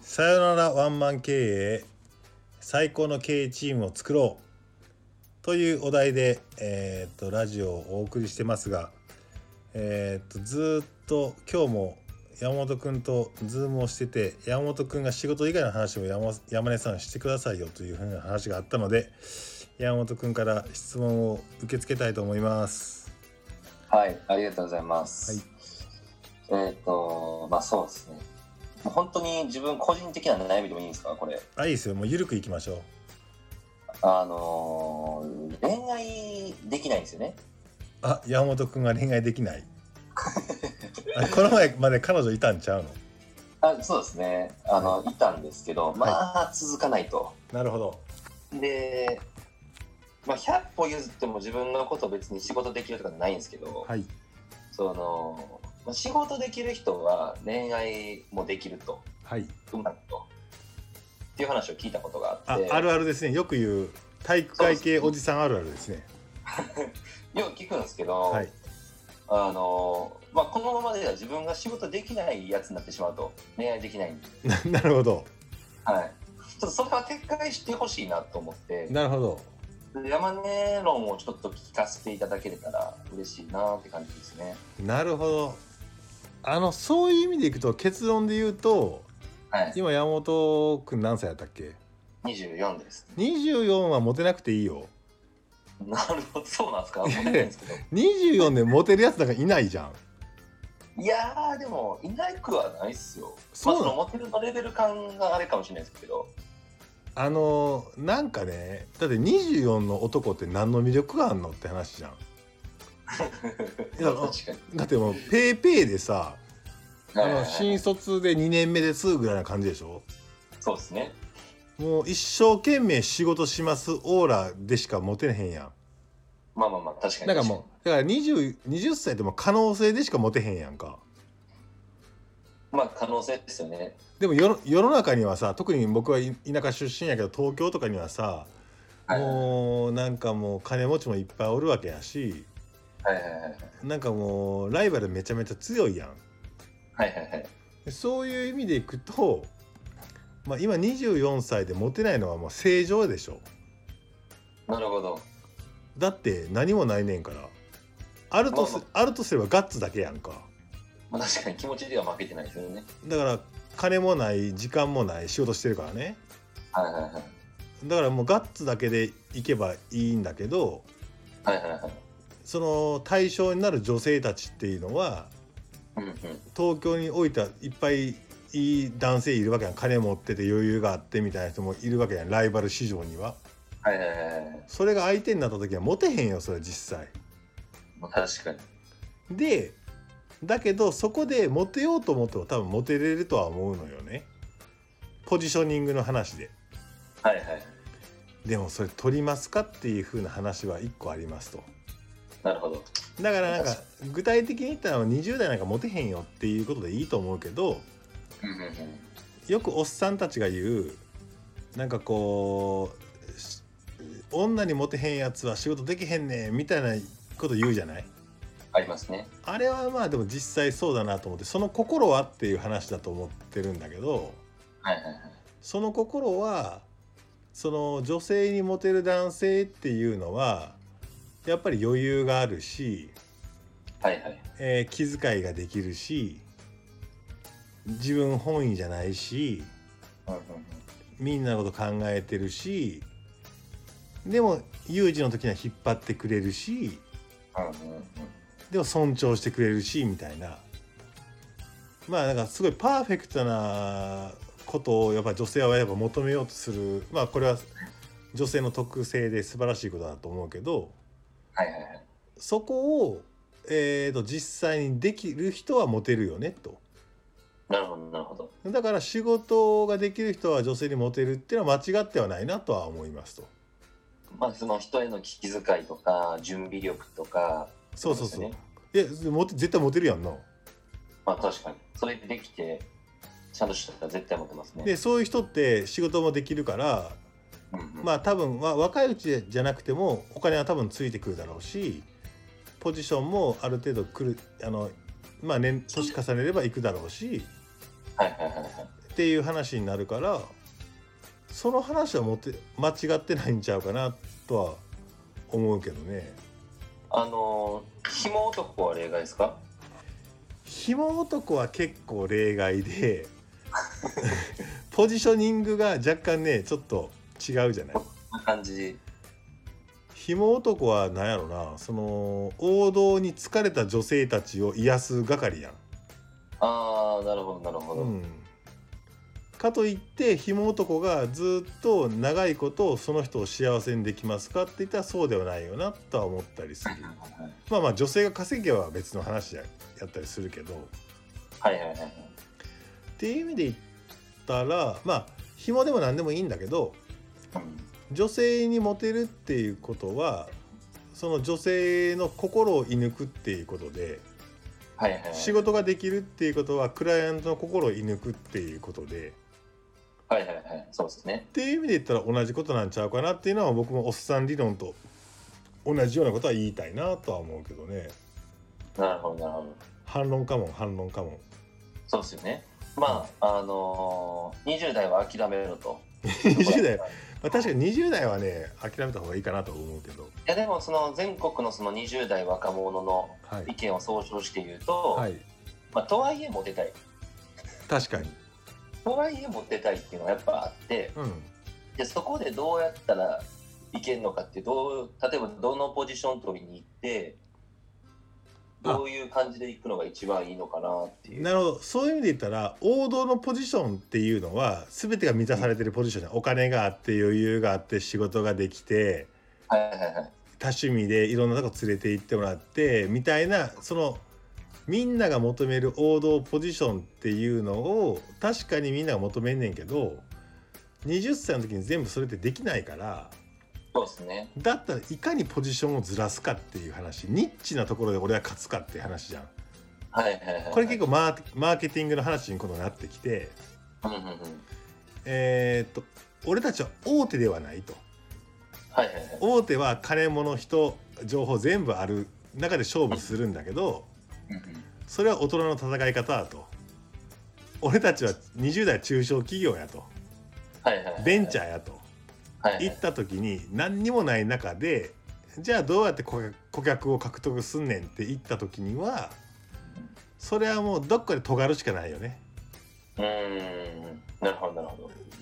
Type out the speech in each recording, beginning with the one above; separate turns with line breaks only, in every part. さよならワンマン経営最高の経営チームを作ろうというお題で、えーっとラジオをお送りしてますが、えーっとずーっと今日も山本くんとズームをしてて山本くんが仕事以外の話を山山根さんしてくださいよというふうな話があったので山本くんから質問を受け付けたいと思います。
はい、ありがとうございます。えっ、と、まあそうですね。もう本当に自分個人的な悩みでもいいんですか、これ。
あいいですよもうゆるくいきましょう。
あのー恋愛できないんですよね。
あ山本くんが恋愛できないあこの前まで彼女いたんちゃうの
あそうですね。あの、いたんですけど、まあ続かないと。
なるほど。
で、まあ100歩譲っても自分のこと別に仕事できるとかないんですけど、
はい。
その、まあ仕事できる人は恋愛もできると、
はい。
うまくと。っていう話を聞いたことがあ
あ
っ、て。
あるあるですね。よく言う体育会系おじさんあるあるですね。
よく聞くんですけど、
はい。
あのまあ、このままでは自分が仕事できないやつになってしまうと恋愛できないんで、
な なるほど。
はい、ちょっとそれは撤回してほしいなと思って
なるほど。
山根論をちょっと聞かせていただけれたら嬉しいなって感じですね
なるほど。あのそういう意味でいくと結論で言うと
はい
今山本くん何歳やったっけ
24です
?24 はモテなくていいよ
なるほどそうなんですか思ってないんです けど
24でモテるやつなんかいないじゃん
いやーでもいなくはないっすよ
そうな
ま
の
あ、そのモテるのレベル感があれかもしれないですけど
あのなんかねだって24の男って何の魅力があんのって話じゃんいや
確かに
だってもうペーペーでさあ
はいはいは
の
い
新卒で2年目ですぐらいな感じでしょ
そうですね
もう一生懸命仕事しますオーラでしかモテへんや
まあまあまあ確か
んだ
に
からもうだから 20, 20歳でも可能性でしかモテへんやんか
まあ可能性ですよね
でも世の世の中にはさ特に僕はい田舎出身やけど東京とかにはさ
はい
もうなんかもう金持ちもいっぱいおるわけやし
はいはいはい
なんかもうライバルめちゃめちゃ強いやん
はいはいはい。
でそういう意味でいくと、まあ、今24歳でモテないのはもう正常でしょ
なるほど。
だって何もないねんからあるとす
まあま
あるとすればガッツだけやんか
まあ、確かに気持ちでは負けてないですよね。
だから金もない時間もない仕事してるからね
はいはいはい。
だからもうガッツだけでいけばいいんだけど
はいはいはい。
その対象になる女性たちっていうのは
うんうん。
東京においてはいっぱいいい男性いるわけやん金持ってて余裕があってみたいな人もいるわけやんライバル市場には
はいはいはいはい。
それが相手になった時はモテへんよそれ実際
まあ、確かに。
でだけどそこでモテようと思っても多分モテれるとは思うのよねポジショニングの話で
はいはい。
でもそれ取りますかっていう風な話は1個ありますと
なるほど。
だからなんか具体的に言ったら20代なんかモテへんよっていうことでいいと思うけど
うんうんうん。
よくおっさんたちが言うなんかこうし女にモテへんやつは仕事できへんねんみたいなこと言うじゃない
ありますね。
あれはまあでも実際そうだなと思ってその心はっていう話だと思ってるんだけど
はいはいはい。
その心はその女性にモテる男性っていうのはやっぱり余裕があるし、
はいはい。
えー気遣いができるし自分本位じゃないし
うんうんうん。
みんなのこと考えてるしでも有事の時には引っ張ってくれるし
うんうんうん。
でも尊重してくれるしみたいなまあなんかすごいパーフェクトなことをやっぱ女性はやっぱ求めようとするまあこれは女性の特性で素晴らしいことだと思うけど
はいはいはい。
そこを、えー、と実際にできる人はモテるよねと。
なるほどなるほど。
だから仕事ができる人は女性にモテるっていうのは間違ってはないなとは思いますと。
まあその人への気遣いとか準備力とか、
そうそうそう
ですね。
え、モテ絶対モテるやんな。
まあ確かに。それできて、ちゃんとしたら絶対持ってますね。
で、そういう人って仕事もできるから、
うんうん、
まあ多分、まあ、若いうちじゃなくてもお金は多分ついてくるだろうし、ポジションもある程度くるあのまあ年年重ねればいくだろうし、
はいはいはいはい。
っていう話になるからその話はもって間違ってないんちゃうかなとは思うけどね
あのー、紐男は例外ですか
紐男は結構例外でポジショニングが若干ねちょっと違うじゃない
こんな感じ。
紐男は何やろなその王道に疲れた女性たちを癒す係やん
ああ、なるほど、なるほど。
うん、かといってひも男がずっと長いことをその人を幸せにできますかって言ったらそうではないよなとは思ったりするまあまあ女性が稼げば別の話ややったりするけどっ
はいはいはいはい。
ていう意味で言ったらまあ紐でも何でもいいんだけど
うん
女性にモテるっていうことはその女性の心を射抜くっていうことで
はいはいはい。
仕事ができるっていうことはクライアントの心を射抜くっていうことで。
はいはいはい。そうですね
っ。ていう意味で言ったら同じことなんちゃうかなっていうのは僕もおっさん理論と同じようなことは言いたいなとは思うけどね
なるほど、なるほど。
反論かも反論かも
そうですよね。まあ、あのー、20代は諦めろと。
20代
い
まあ確かに20代はね諦めた方がいいかなと思うけど
や、でも、その全国のその20代若者の
は
意
い、
見を総称して言うと、
はい、
まあ、とはいえモテたい。
確かに
とはいえモテたいっていうのはやっぱあって、
うん
でそこでどうやったらいけるのかってどう例えばどのポジション取りに行って
あ
どういう感じで行くのが一番いいのかなっていう
なるほどそういう意味で言ったら王道のポジションっていうのは全てが満たされてるポジションじゃんお金があって余裕があって仕事ができて
はいはいはい
多趣味でいろんなとこ連れて行ってもらってみたいなそのみんなが求める王道ポジションっていうのを確かにみんなが求めんねんけど20歳の時に全部それってできないから
そうですね
だったらいかにポジションをずらすかっていう話ニッチなところで俺は勝つかっていう話じゃん
はいはいはい
これ結構マーマーケティングの話に今度なってきて
構うんうんうん
えーっと俺たちは大手ではないと
はいはいはい
大手は金物人情報全部ある中で勝負するんだけど
うんうん
それは大人の戦い方だと俺たちは20代中小企業やと
はいはいはい
ベンチャ
ー
ーやと
はいはい
行った時に何にもない中でじゃあどうやって顧客顧客を獲得すんねんって言った時にはそれはもうどっかで尖るしかないよね。
うーんなるほどなるほ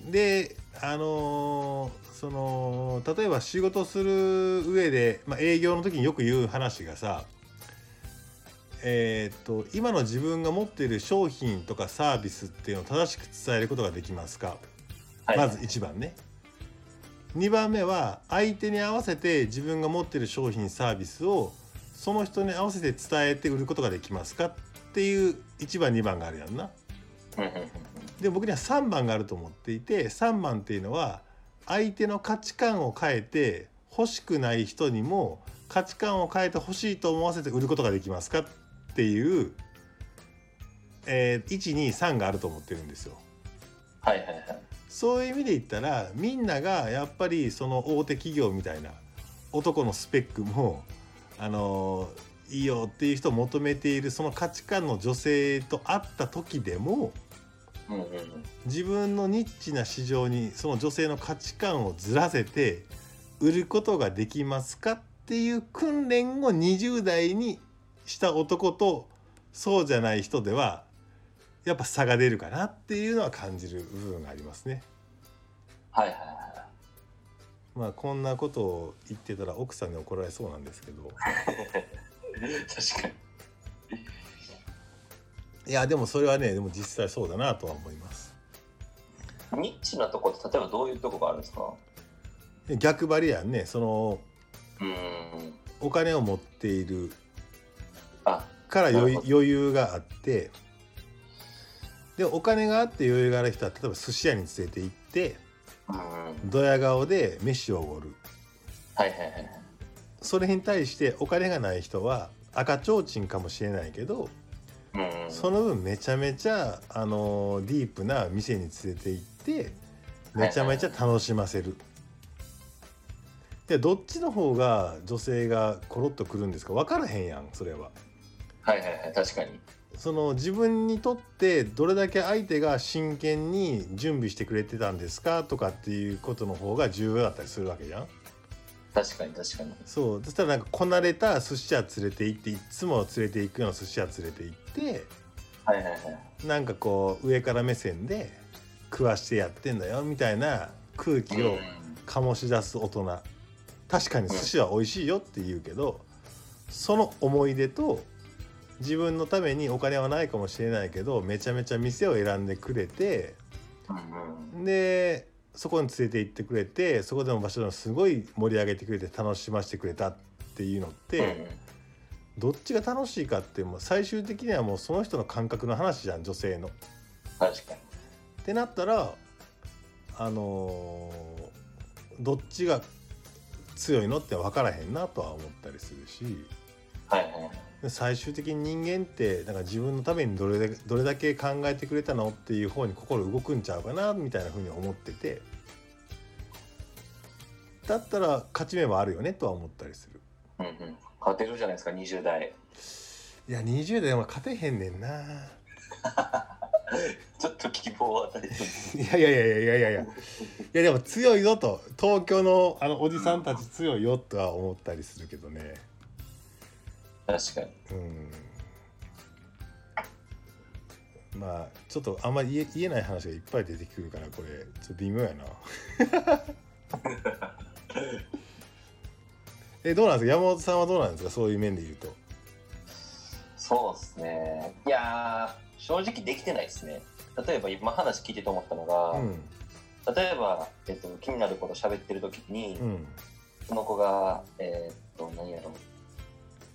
ど
であのーその例えば仕事する上で、まあ、営業の時によく言う話がさえーっと今の自分が持っている商品とかサービスっていうのを正しく伝えることができますか、
はい
まず1番ね2番目は相手に合わせて自分が持っている商品サービスをその人に合わせて伝えて売ることができますかっていう1番2番があるやんな。
うんうんうんうん
で僕には3番があると思っていて3番っていうのは相手の価値観を変えて欲しくない人にも価値観を変えて欲しいと思わせて売ることができますかっていう、えー123があると思ってるんですよ。
はいはいはい
そういう意味で言ったらみんながやっぱりその大手企業みたいな男のスペックもあのいいよっていう人を求めているその価値観の女性と会った時でも
うんうんうん
自分のニッチな市場にその女性の価値観をずらせて売ることができますかっていう訓練を20代にした男とそうじゃない人ではやっぱ差が出るかなっていうのは感じる部分がありますね。
はいはいは
まあこんなことを言ってたら奥さんに怒られそうなんですけど
い確かに
いやでもそれはねでも実際そうだなとは思います。
ニッチなとこって例えばどういうとこがあるんですか
逆張りやんねその
うーん
お金を持っている
あ
から余
なるほ
余裕があってでお金があって余裕がある人は例えば寿司屋に連れて行って
うんはい
ドヤ顔で飯をおごる
はいはいはい
それに対してお金がない人は赤ちょうちんかもしれないけど
うん
その分めちゃめちゃあのディープな店に連れて行ってめちゃめちゃ楽しませる。でどっちの方が女性がコロッとくるんですか分からへんやんそれは。
はいはいはい、確かに。
その自分にとってどれだけ相手が真剣に準備してくれてたんですかとかっていうことの方が重要だったりするわけじゃん
確かに確かに。
そうそしたらなんかこなれた寿司屋連れて行っていつも連れて行くような寿司屋連れて行って
はいはいはい。
なんかこう上から目線で食わしてやってんだよみたいな空気
う
を
ん
醸し出す大人確かに寿司は美味しいよって言うけどその思い出と自分のためにお金はないかもしれないけどめちゃめちゃ店を選んでくれて
うん
でそこに連れて行ってくれてそこでの場所でもすごい盛り上げてくれて楽しませてくれたっていうのっ
うん
て、どっちが楽しいかってもう最終的にはもうその人の感覚の話じゃん女性の。
確かに。
ってなったらあのーどっちが強いのって分からへんなとは思ったりするし
はいはいはい。
最終的に人間ってなんか自分のためにどれだけどれだけ考えてくれたのっていう方に心動くんちゃうかなみたいなふうに思っててだったら勝ち目はあるよねとは思ったりする
うんうん、勝てるじゃないですか20代
いや20代は勝てへんねんな
ちょっと希望を与えて
いやいやいやいやいやいやいやでも強いぞと東京のあのおじさんたち強いよとは思ったりするけどね
確かに
うんまあちょっとあんまり言え言えない話がいっぱい出てくるからこれちょっと微妙やな えどうなんですか山本さんはどうなんですかそういう面で言うと
そうですねいやー正直できてないですね例えば今話聞いてて思ったのが、
うん
例えば、えっと、気になること喋ってる時に、
うん
その子がえーっと何やろう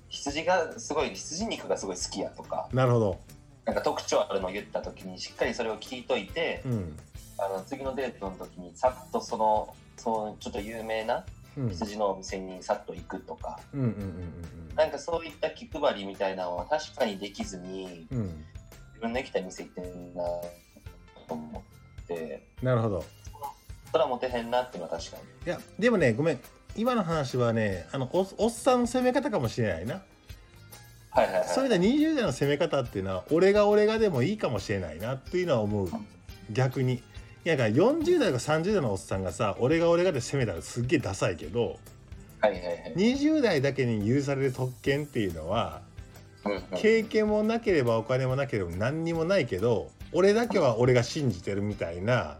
羊がすごい羊肉がすごい好きやとか
なるほど
なんか特徴あるのを言った時にしっかりそれを聞いといて、
うん
あの次のデートの時にさっとそのそうちょっと有名な
うんうん
羊のお店にさっと行くとか、
うんうん
なんかそういった気配りみたいなのは確かにできずに
うんうん
自分の行きたい店行ってんなと思って
なるほど
それはモテへんなっていうのは確かに
いやでもねごめん今の話はねあのおおっさんの攻め方かもしれないな
はいはいはい
そういうのは20代の攻め方っていうのは俺が俺がでもいいかもしれないなっていうのは思う逆にいやだから40代とか30代のおっさんがさ俺が俺がで攻めたらすっげえダサいけど
はいはいはい
20代だけに許される特権っていうのは
うんうん
経験もなければお金もなければ何にもないけど俺だけは俺が信じてるみたいな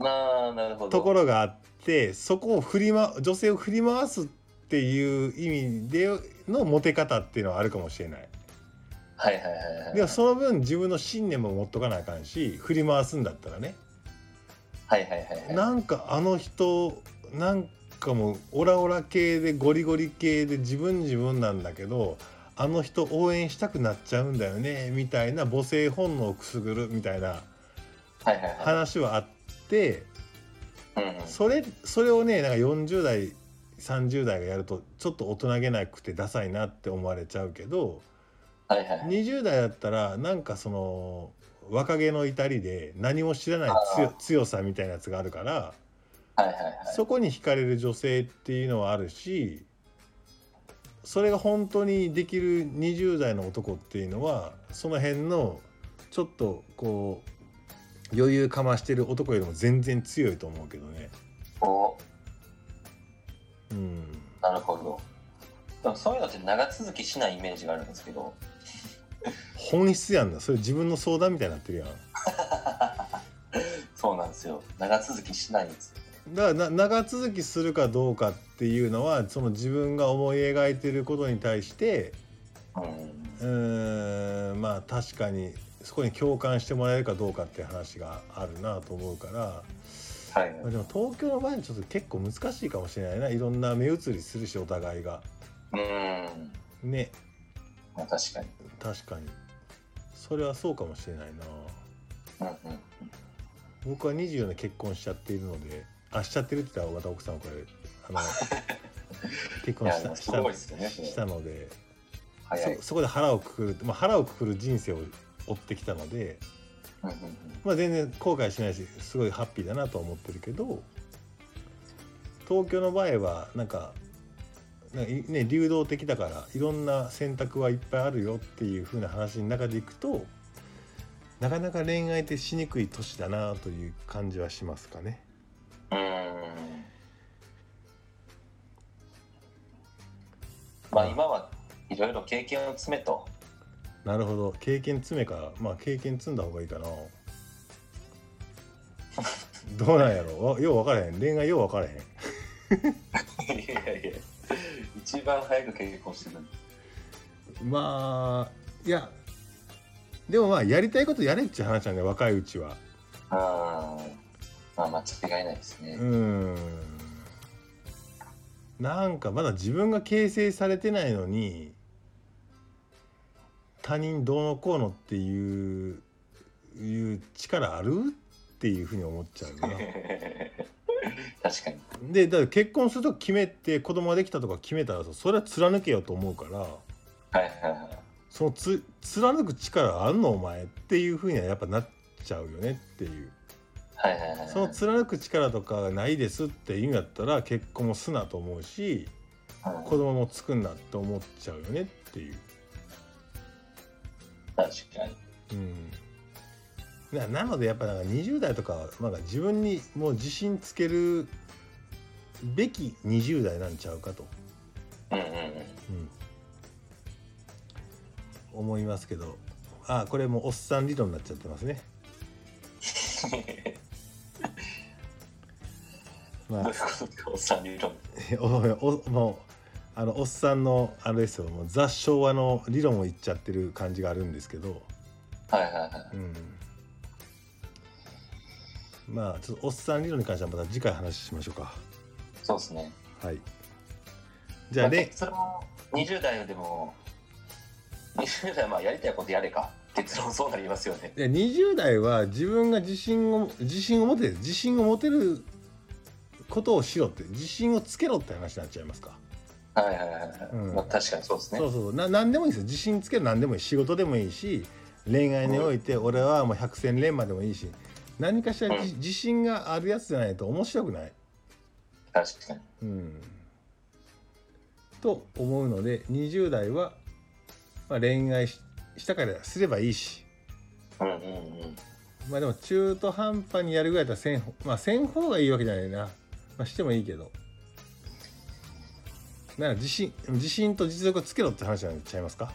あーなるほど
ところがあってそこを振り、ま、女性を振り回すっていう意味でのモテ方っていうのはあるかもしれない。
はいはいはいはい
でもその分自分の信念も持っとかなあかんし振り回すんだったらね
はいはいはいはい
なんかあの人なんかもうオラオラ系でゴリゴリ系で自分自分なんだけどあの人応援したくなっちゃうんだよねみたいな母性本能をくすぐるみたいな
はいはいは
話はあって
いうんうん
それそれをねなんか40代30代がやるとちょっと大人げなくてダサいなって思われちゃうけど
はいはいはい
20代だったらなんかその若気の至りで何も知らない
あ
強強さみたいなやつがあるから
はいはいはい
そこに惹かれる女性っていうのはあるしそれが本当にできる20代の男っていうのはその辺のちょっとこう余裕かましてる男よりも全然強いと思うけどね。
お
うん、
なるほどでもそういうのって長続きしないイメージがあるんですけど
本質やんなそれ自分の相談みたいになってるやん。
そうなんですよ長続きしないんですよ
だからな長続きするかどうかっていうのはその自分が思い描いてることに対して
うん
うーんまあ確かにそこに共感してもらえるかどうかっていう話があるなと思うから
はい
まあでも東京の場合ちょっと結構難しいかもしれないないろんな目移りするしお互いが
うん
ね
まあ確かに
確かにそれはそうかもしれないな
うんうん
僕は24で結婚しちゃっているのであしちゃってるって言ったらまた奥さんこれ あの結
い
婚
や
し
でも
た
す
し
ご
た
いですよね。それ
したので
早い
そ。そこで腹をくくる、まあ、腹をくくる人生を追ってきたので、
うんうん
まあ、全然後悔しないしすごいハッピーだなとは思ってるけど東京の場合はなんかなんかいね、流動的だからいろんな選択はいっぱいあるよっていう風な話の中でいくとなかなか恋愛ってしにくい年だなという感じはしますかね。
うーん。まあ今はいろいろ経験を積めと。
なるほど経験詰めかまあ経験積んだ方がいいかな。 どうなんやろわよう分からへん恋愛よう分からへん。
いやいや、一番早く結婚してる。
まあいやでもまあやりたいことやれっちゅう話なんで若いうちは
ああ、まあ間違いないです
う
ね。
ーんなんかまだ自分が形成されてないのに他人どうのこうのっていういう力あるっていうふうに思っちゃうね
確かに。
でだから結婚すると決めて子供ができたとか決めたらさそれは貫けよと思うから
はいはいはい。
そのつ貫く力あんのお前っていうふうにはやっぱなっちゃうよねっていう
はいはいはい。
その貫く力とかがないですって意味だったら結婚もすなと思うし
うん
子供も作んなって思っちゃうよねっていう、
確かに。
うん、ななのでやっぱなんか20代とかはなんか自分にもう自信つけるべき20代なんちゃうかと、
うんうんうん。
うん、思いますけどあこれもうおっさん理論になっちゃってますね。まあ
どういうことですか、おっさん理論。
おおもうあのおっさんのあれですよもうザ昭和の理論を言っちゃってる感じがあるんですけど、
はいはいはい。
うん、まあちょっとおっさん理論に関してはまた次回話しましょうか
そうですね。
はいじゃあ
ま
れ
結論、20代でも、20代はまあやりたいことやれか。結論そうなりますよね。
いや20代は自分が自信を自信を持てる自信を持てることをしろって自信をつけろって話になっちゃいますか、
はいはいはいはい。
うん
まあ確かにそうですね。
そうそうな何でもいいですよ自信つける何でもいい仕事でもいいし恋愛において俺はもう百戦錬磨でもいいし何かしらじ自信があるやつじゃないと面白くない、
確かに。
うん、と思うので20代は、まあ、恋愛ししたからすればいいし
うんうんうん。
まあでも中途半端にやるぐらいだったらせんほまあせん方がいいわけじゃないな、まあ、してもいいけどなら自信自信と実力をつけろって話になっちゃいますか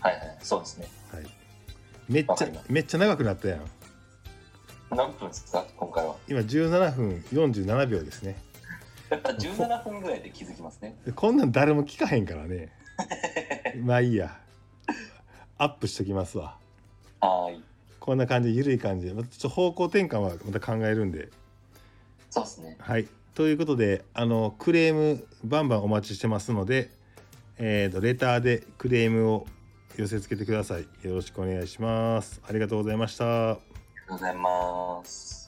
はいはい。そうですね。
はい。めっ
わ
ち
か
ゃ
ります
めっちゃ長くなったやん。
何分ですか、今回は。
今17分47秒ですね。
やっぱ17分ぐらいで気づきますね。
でこんなん誰も聞かへんから ね。まあいいや。アップしときますわ。
はーい。
こんな感じゆるい感じで、またちょっと方向転換はまた考えるんで。
そうですね。
はい。ということで、あのクレームバンバンお待ちしてますので、えっ、とレターでクレームを寄せ付けてください。よろしくお願いします。ありがとうございました。
ありがとうございます。